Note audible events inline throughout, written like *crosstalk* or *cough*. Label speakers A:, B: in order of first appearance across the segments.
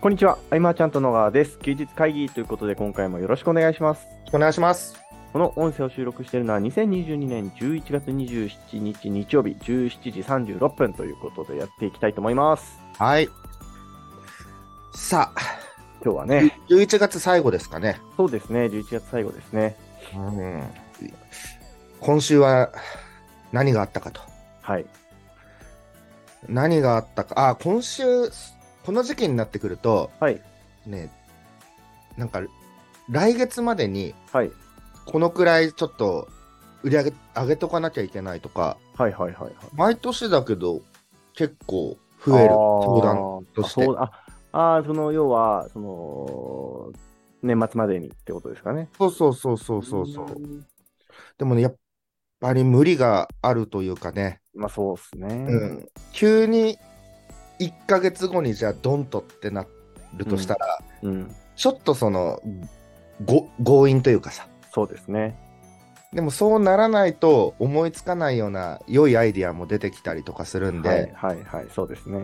A: こんにちは、アイマーちゃんと野川です。休日会議ということで、今回もよろしくお願いします。
B: お願いします。
A: この音声を収録しているのは、2022年11月27日日曜日、17時36分ということで、やっていきたいと思います。
B: はい。さあ、
A: 今日はね、
B: 11月最後ですかね。
A: そうですね、11月最後ですね。
B: うん。今週は何があったかと。
A: はい。
B: 何があったか。あ、今週、この時期になってくると、
A: はい。
B: ね、なんか、来月までに、
A: はい。
B: このくらいちょっと、売り上げ上げとかなきゃいけないとか、
A: はいはいはいはい。
B: 毎年だけど、結構増え
A: あ
B: る
A: ー
B: 相談として
A: あそうああー、その、要は、その、年末までにってことですかね。
B: そうそうそうそうそうそう。
A: ん
B: でもね、やっぱり無理があるというかね、
A: まあ、そうですね。
B: うん、急に1ヶ月後にじゃあドンとってなるとしたら、
A: うん。
B: ちょっとそのご強引というかさ
A: そうですね。
B: でもそうならないと思いつかないような良いアイディアも出てきたりとかするんで、
A: はいはいはい、そうですね。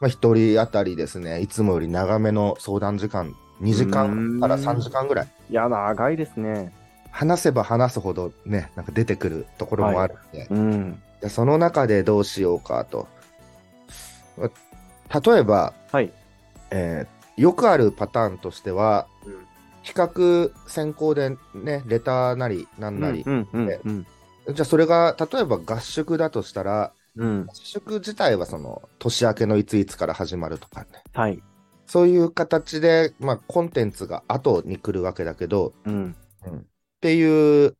B: まあ、1人当たりですねいつもより長めの相談時間2時間から3時間ぐらい
A: いや、長いですね。
B: 話せば話すほどねなんか出てくるところもあるんで、
A: うん。
B: でその中でどうしようかと。例えば、
A: はい
B: えーよくあるパターンとしては、
A: うん
B: 比較先行でね、レターなりなんなり、
A: うんうん
B: で
A: うん
B: じゃあそれが例えば合宿だとしたら、
A: うん。
B: 合宿自体はその年明けのいついつから始まるとかね、
A: はい。
B: そういう形で、まあ、コンテンツが後に来るわけだけど、
A: うん。
B: っていう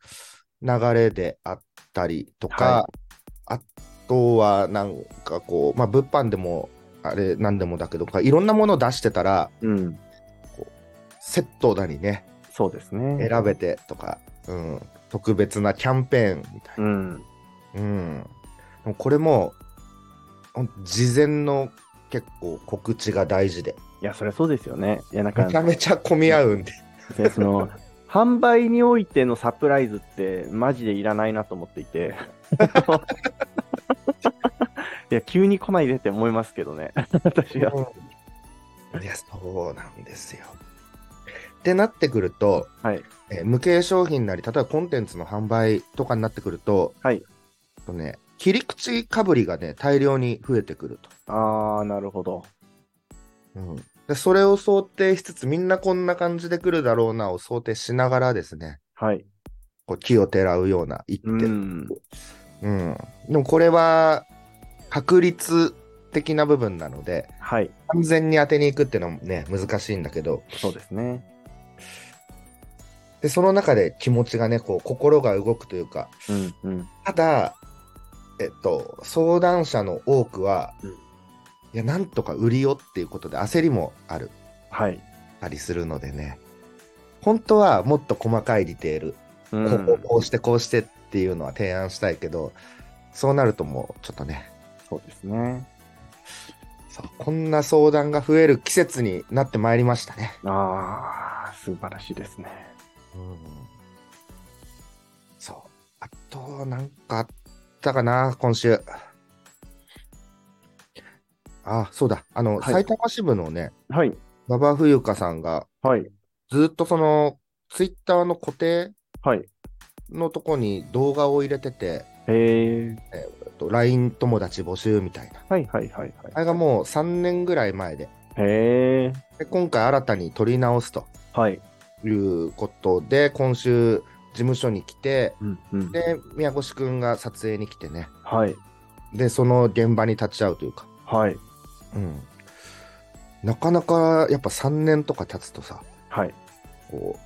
B: 流れであったりとか、あとはなんかこう、まあ、物販でもあれなんでもだけどいろんなものを出してたら
A: うん。
B: セットだにね
A: そうですね。
B: 選べてとか、うん、特別なキャンペーンみたいうな、
A: ん。
B: うん、でもこれもほん事前の結構告知が大事で
A: いや、そりゃそうですよね。いや、なんか、
B: めちゃめちゃ混み合うんで、
A: ねその、販売においてのサプライズって、マジでいらないなと思っていて。いや、急に来ないでって思いますけどね。私は。
B: うんいやそうなんですよ。ってなってくると、
A: はい
B: えー無形商品なり例えばコンテンツの販売とかになってくると,、
A: はい
B: とね、切り口かぶりがね大量に増えてくると、
A: あー、なるほど。
B: うんで。それを想定しつつみんなこんな感じで来るだろうなを想定しながらですね
A: はい。
B: こう木をてらうような一手、
A: うん。
B: うんでもこれは確率的な部分なので
A: はい。
B: 完全に当てに行くっていうのもね難しいんだけど
A: そうですね。
B: で、その中で気持ちがね、こう、心が動くというか、
A: うん。うん。
B: ただ、えっと、相談者の多くは、
A: うん
B: いや、なんとか売りよっていうことで焦りもある、
A: はい。
B: たりするのでね、本当はもっと細かいディテール、
A: う
B: ここ
A: ん。
B: こうしてこうしてっていうのは提案したいけど、そうなるともうちょっとね、
A: そうですね。
B: そうこんな相談が増える季節になってまいりましたね。
A: あー、素晴らしいですね。
B: そう。あと、なんかあったかな、今週。あ、そうだ。あ
A: は
B: の、
A: い
B: 埼玉支部のね、
A: はい。
B: 馬場冬香さんが、
A: はい。
B: ずっとその、ツイッターの固定
A: はい。
B: のとこに動画を入れてて、
A: えー、
B: えっと LINE 友達募集みたいな。
A: はいはいはい
B: あ
A: はい。
B: れがもう3年ぐらい前で。
A: へえ
B: で今回新たに取り直すと
A: はい。
B: いうことで、今週、事務所に来て、
A: うんうん。
B: で、宮越くんが撮影に来てね、
A: はい。
B: でその現場に立ち会うというか、
A: はい。
B: うん、なかなかやっぱ3年とか経つとさ
A: はい。
B: こう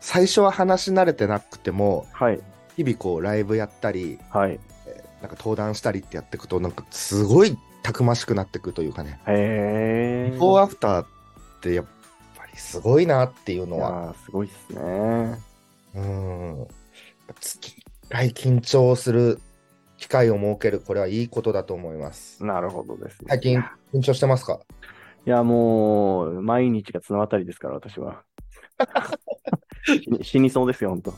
B: 最初は話し慣れてなくても
A: はい。
B: 日々こうライブやったり
A: はい。
B: なんか登壇したりってやっていくとなんかすごいたくましくなってくというかね、
A: へえ
B: ビフォーアフターってやっぱりすごいなっていうのは、
A: あすごいっすね。
B: うん、月1回緊張する機会を設けるこれはいいことだと思います。
A: なるほどですね。
B: 最近緊張してますか
A: いや、もう、毎日が綱渡りですから、私
B: *laughs*
A: は。死に死にそうですよ、ほんと。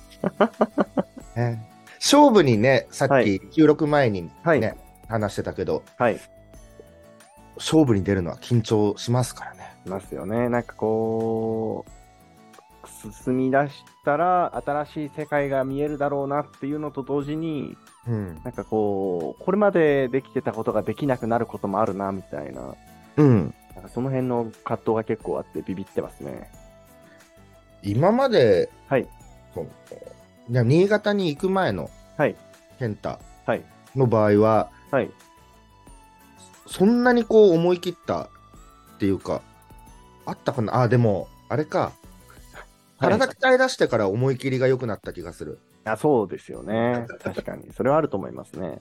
B: ね勝負にね、さっ
A: は
B: き収録前にね、
A: はい
B: 話してたけど、
A: はい。
B: 勝負に出るのは緊張しますからね。
A: ますよね。なんかこう、進み出したら新しい世界が見えるだろうなっていうのと同時に、
B: うん。
A: なんかこう、これまでできてたことができなくなることもあるなみたいな、
B: うん。
A: なんかその辺の葛藤が結構あってビビってますね。
B: 今まで、
A: はい
B: そのいや新潟に行く前の、
A: はい
B: 健太
A: はい
B: の場合は、
A: はい。
B: そんなにこう思い切ったっていうか、あったかなあ、でも、あれか。体鍛え出してから思い切りが良くなった気がする。
A: あそうですよね。確かに。それはあると思いますね。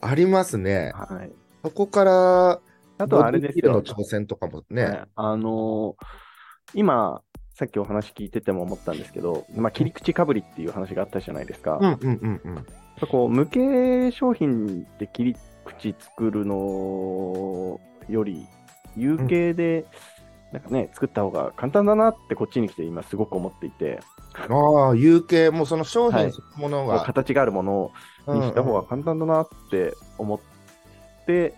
B: ありますね。
A: はい。
B: そこから、
A: あとはあれですよ
B: ボディビル。の挑戦とかもね。
A: ねあのー今、さっきお話聞いてても思ったんですけど、まあ、切り口かぶりっていう話があったじゃないですか。
B: うんうんうんうん。
A: やっぱこう無形商品で切り口作るのより有形で、なんかね作った方が簡単だなってこっちに来て今すごく思っていて、
B: ああ、有形、もうその商
A: は
B: 品
A: い
B: そのもの
A: こう
B: が。
A: 形があるものにした方が簡単だなって思って、
B: うん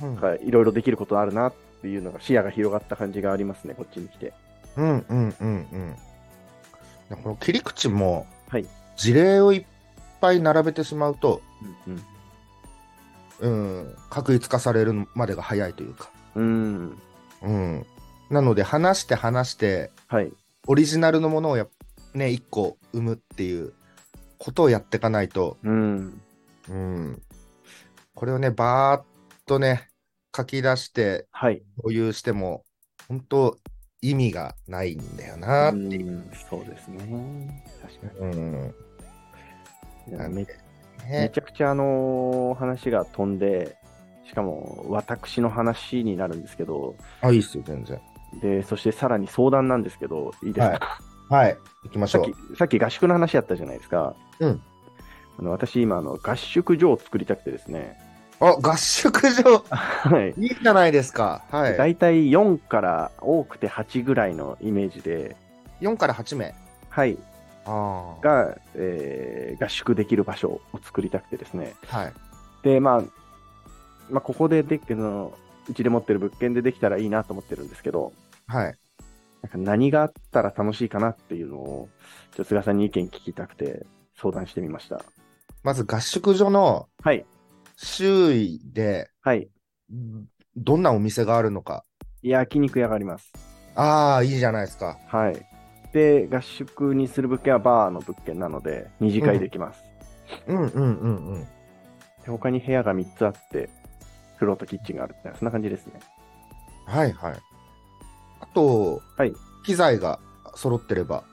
A: なんかいろいろできることあるなっていうのが視野が広がった感じがありますねこっちに来て。
B: うんうんうんうん。でこの切り口も、
A: はい
B: 事例をいっぱい並べてしまうと、
A: うん
B: うん、確一化されるまでが早いというか。
A: うん
B: うん、なので、話して話して、
A: はい
B: オリジナルのものをやっね、一個生むっていうことをやっていかないと、
A: うん
B: うん、これをね、ばーっとね、書き出して、
A: はい
B: 保有しても、本当意味がないんだよなっていう。
A: うんそうですね確か
B: うん
A: に
B: なんで
A: めめ
B: ね、
A: ちゃくちゃあのー話が飛んで、しかも私の話になるんですけど、
B: あ、いいっすよ、全然。
A: で、そしてさらに相談なんですけど、いいですか、
B: はい、行きまし
A: さ
B: ょ
A: っ
B: う。
A: きさっき合宿の話やったじゃないですか。
B: うん
A: あの私今あの合宿所を作りたくてですね、 *laughs*
B: あ、合宿 *laughs* 所、
A: はい、
B: いいじゃないですか。は
A: 大体4から多くて8ぐらいのイメージで、
B: い。4から8名。
A: はい、
B: ああ。
A: が、えー合宿できる場所を作りたくてですね、
B: はい。
A: で、まあ、まあ、ここでできあの、うちで持ってる物件でできたらいいなと思ってるんですけど、
B: はい。
A: なんか何があったら楽しいかなっていうのを、ちょっと菅さんに意見聞きたくて、相談してみました。
B: まず合宿所の
A: はい、
B: 周囲で、
A: はい。
B: どんなお店があるのか。
A: 焼肉屋があります。
B: ああ、いいじゃないですか。
A: はい。で、合宿にする物件はバーの物件なので、二次会できます。
B: うんうんうんうん。
A: で他に部屋が3つあって、風呂とキッチンがあるみたいな、そんな感じですね。
B: はいはい。あと、
A: はい
B: 機材が揃ってれば。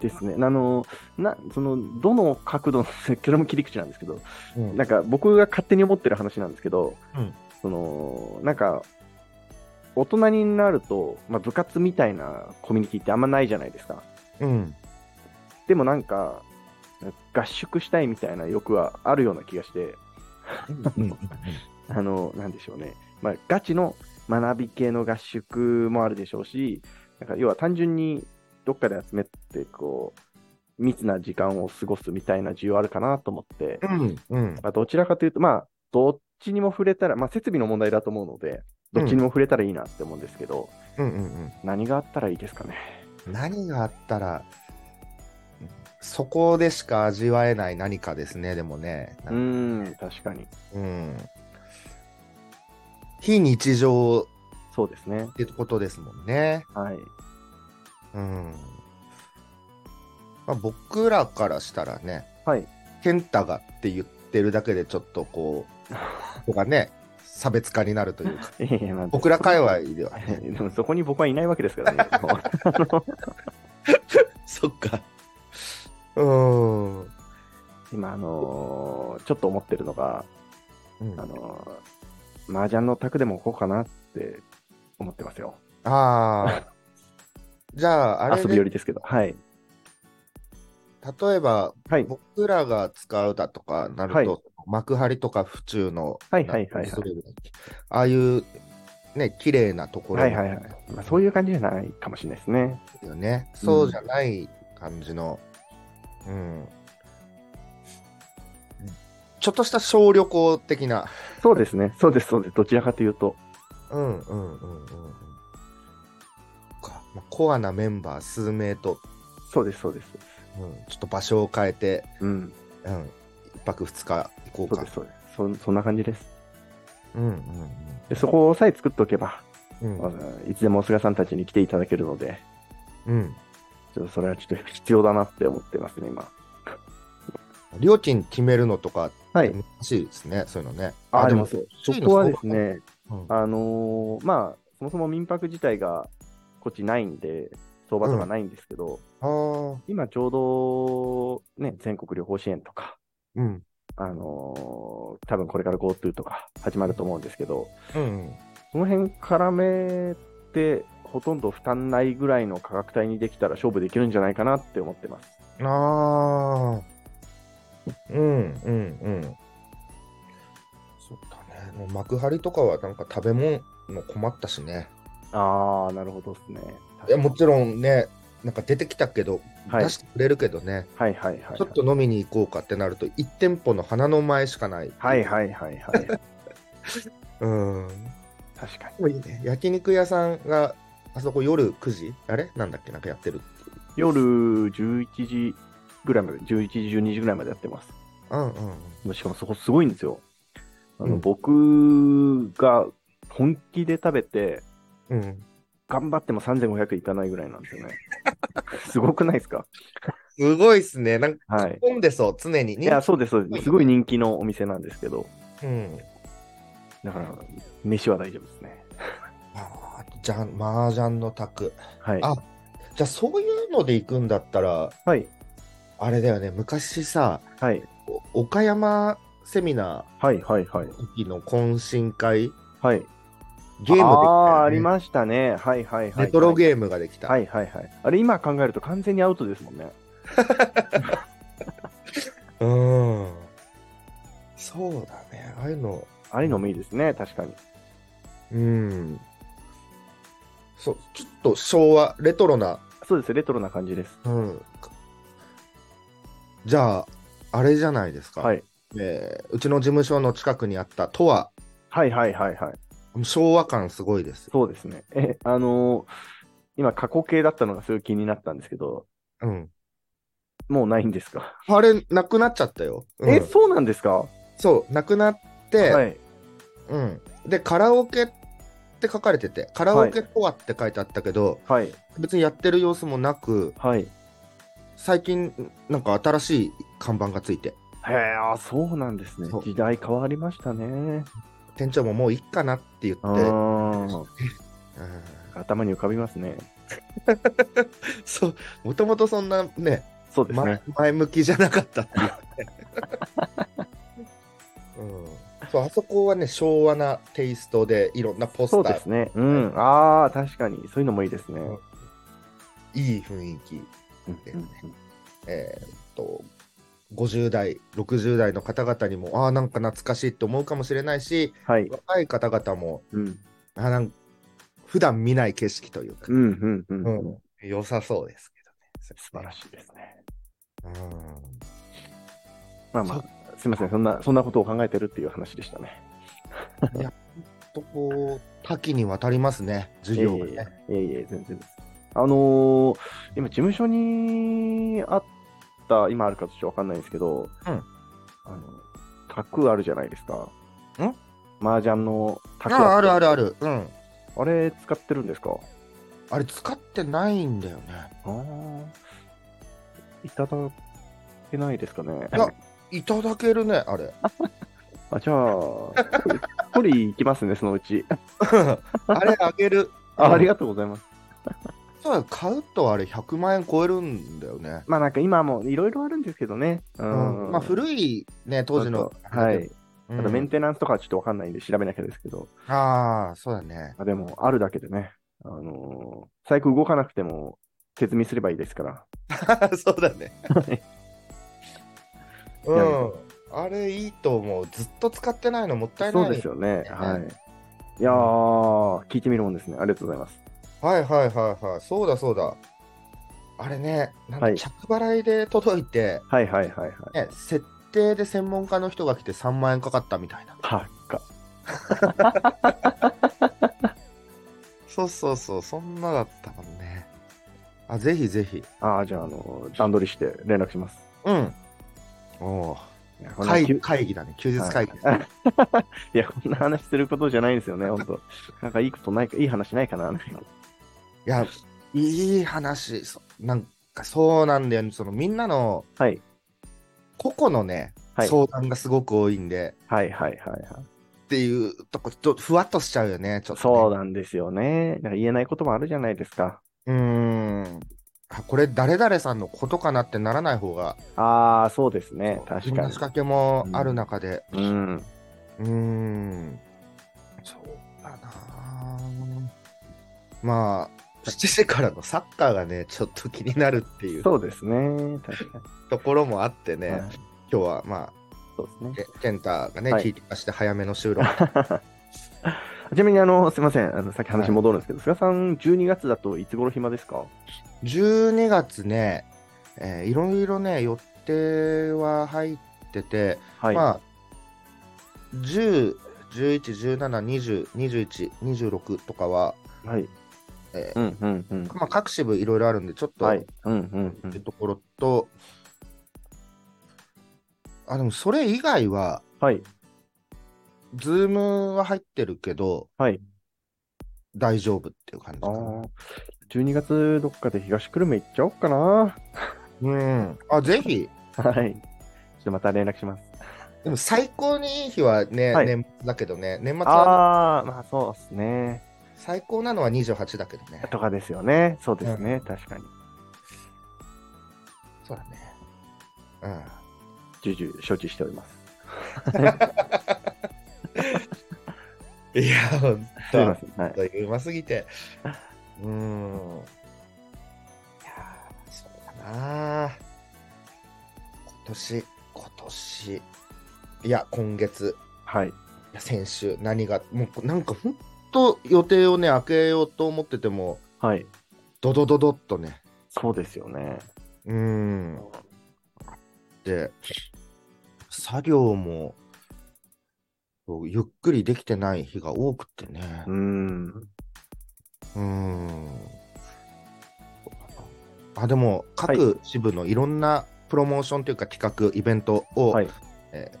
A: ですね。あの、な、その、どの角度の、これも切り口なんですけど、
B: うん
A: なんか僕が勝手に思ってる話なんですけど、
B: うん
A: その、なんか、大人になると、まあ、部活みたいなコミュニティってあんまないじゃないですか。
B: うん。
A: でもなんか、合宿したいみたいな欲はあるような気がして、
B: うん
A: *laughs* あの、なんでしょうね。まあ、ガチの学び系の合宿もあるでしょうし、なんか要は単純にどっかで集めて、こう、密な時間を過ごすみたいな需要あるかなと思って、
B: うんうん。
A: まあ、どちらかというと、まあ、どっちにも触れたら、まあ、設備の問題だと思うので、どっちにも触れたらいいなって思うんですけど、
B: うんうん
A: 何があったらいいですかね。
B: うん。何があったら、そこでしか味わえない何かですね、でもね。
A: うーん、確かに。
B: うん。非日常
A: そうですね。
B: ってことですもんね。
A: はい。 *laughs*
B: うん。まあ、僕らからしたらね、
A: はい。
B: 健太がって言ってるだけでちょっとこう、とかね、差別化になるとい
A: *laughs*
B: うか、
A: ええまあ
B: 僕ら界隈ではね。
A: *laughs* でもそこに僕はいないわけです
B: *laughs*
A: からね。もうあの
B: そっか。うーん。
A: 今、あのーちょっと思ってるのが、
B: うん
A: あのー、麻雀の卓でも置こうかなって思ってますよ。
B: ああ。じゃあ、あれ
A: 遊び
B: で、
A: よりですけど。はい。
B: 例えば、
A: はい。
B: 僕らが使うだとかなると、
A: は
B: 幕張とか府中の、
A: はいはいはいはい
B: なんかそれああいう、ね、綺麗なところ
A: はいはいはい。まあ、そういう感じじゃないかもしれないですね。
B: ですよね。そうじゃない感じの、うん。ちょっとした小旅行的な、
A: そうですね。そうです、そうです。どちらかというと。
B: うんうんうんうんうん。か、まあ、コアなメンバー数名と、
A: そうです、そうです。そうです
B: うん、ちょっと場所を変えて、
A: うん、
B: うん、一泊二日
A: そう
B: 行こ
A: う
B: か
A: です、。そうです。そんそんな感じです
B: うんうん
A: で。そこさえ作っておけば、
B: うんうん
A: あいつでも菅さんたちに来ていただけるので、
B: うん。
A: ちょっとそれはちょっと必要だなって思ってますね、今。
B: 料金決めるのとか、
A: はい。
B: 難しいですね、そういうのね。
A: あでも
B: そう
A: そこはです。ね、
B: うん
A: あのーまあ、そもそも民泊自体がこっちないんで、相場とかないんですけど、
B: あー
A: 今ちょうど、ね、全国旅行支援とか、
B: うん。
A: あのー多分これから GoTo とか始まると思うんですけど、
B: うん。
A: その辺絡めて、ほとんど負担ないぐらいの価格帯にできたら勝負できるんじゃないかなって思ってます。
B: ああ。うんうんうん。そうだね。もう幕張とかはなんか食べ物も困ったしね。
A: あー、なるほどですね。
B: いやもちろんね、なんか出てきたけど、
A: はい
B: 出してくれるけどね、
A: はいはいはいはい。
B: ちょっと飲みに行こうかってなると、1店舗の花の前しかない。
A: はいはいはい
B: *laughs*
A: はい。
B: うん。
A: 確かに。
B: でもいいね。焼肉屋さんが、あそこ夜9時あれなんだっけなんかやってる。
A: 夜11時ぐらいまで、11時、12時ぐらいまでやってます。
B: うんうんうん。
A: しかもそこすごいんですよ。あの、
B: うん
A: 僕が本気で食べて、
B: うん。
A: 頑張っても3500いかないぐらいなんです
B: *laughs*
A: よね。すごくないですか
B: すごいっすね。なんか、
A: はい。
B: 混んでそう、常に。
A: いや、そうです、そうです。すごい人気のお店なんですけど、
B: うん。
A: だから、飯は大丈夫ですね。
B: あーじゃん、麻雀の卓。
A: はい。
B: あじゃあ、そういうので行くんだったら、
A: はい。
B: あれだよね、昔さ、
A: はい。
B: お岡山セミナ
A: はい、はい、はい
B: ー。の時の懇親会、
A: はい。
B: ゲームできたよね、
A: ああー、ありましたね。はい、はい、はい。
B: レトロゲームができた。
A: はい、はい、はい。あれ、今考えると完全にアウトですもんね。
B: うーん。そうだね、ああいうの、
A: あれのもいいですね、確かに。
B: うん。そう、ちょっと昭和、レトロな、
A: そうです、レトロな感じです。
B: うん。じゃあ、あれじゃないですか。
A: はい。
B: えーうちの事務所の近くにあったとは
A: はい、はい、はい、はい。
B: 昭和感すごいです。
A: そうですね。え、あのー今、過去形だったのがすごい気になったんですけど、
B: うん。
A: もうないんですか、
B: あれ、なくなっちゃったよ。うん
A: え、そうなんですか、
B: そう、なくなって、
A: はい。
B: うん。で、カラオケって書かれてて、カラオケとはって書いてあったけど、
A: はい。
B: 別にやってる様子もなく、
A: はい。へ
B: 最近、なんか新しい看板がついて、
A: え、あ、そうなんですね
B: そ。う
A: 時代変わりましたね。
B: 店長ももういっかなって言って、
A: あー
B: うん
A: 頭に浮かびますね。
B: そう、もともとそんなね、
A: そうです
B: ま
A: ね。
B: 前向きじゃなかったって
A: *laughs*
B: いう、ねうん。そう、あそこはね、昭和なテイストで、いろんなポスタ
A: そう
B: ー、
A: ですね。うん。ああ、確かに。そういうのもいいですね。うん
B: いい雰囲気。
A: うんうん
B: えーっと50代60代の方々にもああなんか懐かしいって思うかもしれないし
A: はい。
B: 若い方々も
A: うん。
B: あーなん普段見ない景色というか
A: う、ん。うん。うん。
B: うん良さそうです
A: 素
B: けど
A: 晴
B: ね
A: らしいですね。
B: 素晴らしい、うん
A: まあまあ、すみません。そんな、そんなことを考えてるっていう話でしたね。
B: とこう多岐にわたりますね授業がね、
A: いえいえいえいえ、全然です。あのー今、事務所にあった、今あるかちょっとわかんないんですけど、
B: う
A: あ
B: ん
A: の、卓あるじゃないですか。
B: ん
A: 麻雀の卓
B: あああるあ
A: る。
B: るあるうん
A: あれ、使ってるんですか
B: あれ使ってないんだよね
A: あーいただけないですかね。
B: いやいただけるねあ
A: *laughs*
B: れ
A: あ、じゃあ、取り行きますね、そのうち。
B: あれ *laughs* あげる
A: ああり
B: が
A: がとうございます。
B: そうだよ買うとあれ100万円超えるんだよね
A: まあなんか今もいろいろあるんですけどね。う
B: うんまあ古いね当時の
A: はい。
B: う
A: あとメン
B: ん、
A: テナンスとかはちょっとわかんないんで調べなきゃですけど、
B: ああそう
A: *laughs*
B: だね
A: あでも、あるだけでね、あのー、細工動かなくても、手積みすればいいですから。
B: そうだね
A: い。
B: うん。あれいいと思う。ずっと使ってないのもったいない。
A: そうですよね。
B: ね
A: はい。いやー、聞いてみるもんですね。ありがとうございます。
B: はいはいはいはい。そうだそうだ。あれね、なん
A: は
B: か
A: い
B: 着払いで届いて、
A: はいはいはいはい。
B: ね、設定で専門家の人が来て3万円かかったみたいな。
A: はっか。
B: そうそうそう、そんなだったもんね。あ、ぜひぜひ。
A: ああ、じゃあ、あの、段取りして連絡します。
B: うん。おー
A: いやこんな
B: 会
A: 急
B: 議会議だね、休日会議ですね、
A: はい *laughs* いや、こんな話することじゃないんです
B: *laughs*
A: よね、本当。なんかいいことないか、いい話ないかな。
B: いや、いい話、そなんかそうなんだよね、そのみんなの
A: はい、
B: 個々のね、
A: はい
B: 相談がすごく多いんで、
A: はい、はい、はいはい。
B: っていうとこ、ちょっとふわっとしちゃうよね、ちょっと、ね。
A: そうなんですよね。なんか言えないこともあるじゃないですか。
B: うーん。あこれ、誰々さんのことかなってならない方が、
A: ああ、そうですね
B: そ。うい
A: 確
B: ろん
A: か
B: な仕掛けもある中で、
A: に。うん。
B: うーん。そうだなあまあ、7時からのサッカーがね、ちょっと気になるっていう
A: そうですね。確か
B: ところもあって
A: に。
B: ね、
A: はい
B: 今日はま
A: そうですね
B: あ、。ケケンタがね、
A: はい
B: 聞いてまして、早めの収録。 *laughs*
A: ちなみに、あの、すいません。あの、さっき話戻るんですけど、菅さん、12月だといつ頃暇ですか
B: 12月ね、えーいろいろね、予定は入ってて、
A: はい。
B: まあ、10、11、17、20、21、26とかは、
A: はい。
B: え
A: うん、うん、うん。
B: まあ、各支部いろいろあるんで、ちょっと、
A: はい。うん、うん、う
B: って
A: ん。
B: ところと、あ、でもそれ以外は、
A: はい。
B: ズームは入ってるけど、
A: はい
B: 大丈夫っていう感じ
A: あ
B: かな。
A: あ。12月、どっかで東久留米行っちゃおうかな。
B: うん。あ、ぜひ、
A: はい。ちょっとまた連絡します。
B: でも最高にいい日はね、
A: はい
B: 年末だけどね、年末は
A: ああ、まあそうですね。
B: 最高なのは28だけどね。
A: とかですよね。そうですね。確かに。
B: そうだね。うん。
A: 重々承知しております。
B: いや、ほん
A: すいま
B: と、
A: せん。はい。
B: うます
A: *laughs*
B: ぎて。うーん。いやー、そうだなー。今年、今年、いや、今月、
A: はい。
B: いや先週、何が、もうなんかほんと予定をね、開けようと思ってても、
A: はい。
B: ドドドドッとね。
A: そうですよね。
B: うーん。で、作業も、こうゆっくりできてない日が多くてね。
A: うーん。
B: うーん。あでも、
A: は
B: 各支部のいろんなプロモーションというか企画、イベントを、
A: はい
B: えーっと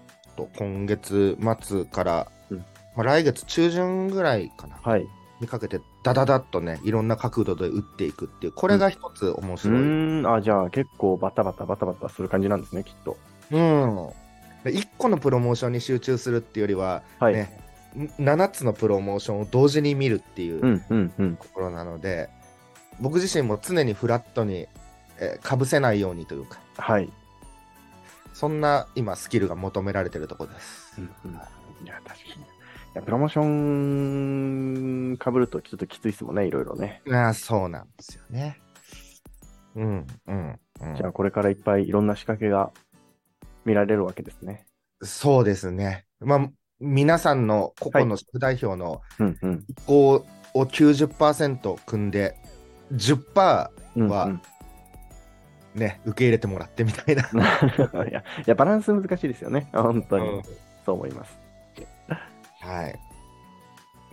B: 今月末から、
A: うん
B: まあ、来月中旬ぐらいかな、
A: はい。
B: にかけて、ダダダッとね、いろんな角度で打っていくっていう、これが一つ面
A: う
B: 白い。うん。
A: ーん。あ、じゃあ結構バタバタバタバタする感じなんですね、きっと。
B: で一個のプロモーションに集中するっていうよりは、
A: はい。
B: ね、7つのプロモーションを同時に見るっていう。
A: うんうんうん。
B: ところなので僕自身も常にフラットに、えかぶせないようにというか
A: はい。
B: そんな今スキルが求められてるところです、
A: うんうんいや、確かに。いや、プロモーションかぶるとちょっときついですもんね、いろいろね。
B: ああそうなんですよねうんうん、うん
A: じゃあこれからいっぱいいろんな仕掛けが見られるわけですね。
B: そうですねまあ皆さんの個々の副代表の
A: うんうん。
B: 意向を90%組んで10%
A: うんうん、
B: わね受け入れてもらってみたいな、
A: *laughs* いやいや、バランス難しいですよね。本当に。
B: うん
A: そう思います。
B: はい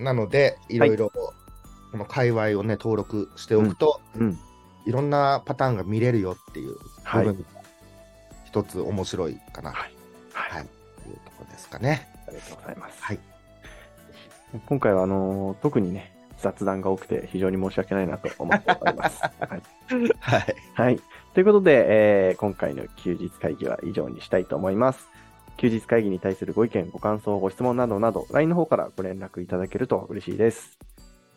B: なのでいろいろこの界隈をね登録しておくと、
A: うん。
B: いろんなパターンが見れるよっていう
A: は
B: 部
A: い。
B: 分、一つ面白いかな、
A: はいはい。
B: というところですかね。
A: ありがとうございます。
B: はい。
A: 今回は、あのー特にね、雑談が多くて非常に申し訳ないなと思っており
B: *laughs*
A: ます。はい。
B: はい。
A: はい。ということで、えー今回の休日会議は以上にしたいと思います。休日会議に対するご意見、ご感想、ご質問などなど、LINE の方からご連絡いただけると嬉しいです。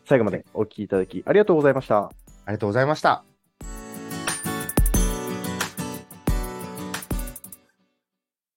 A: 最後までお聞きいただきありがとうございました。
B: ありがとうございました。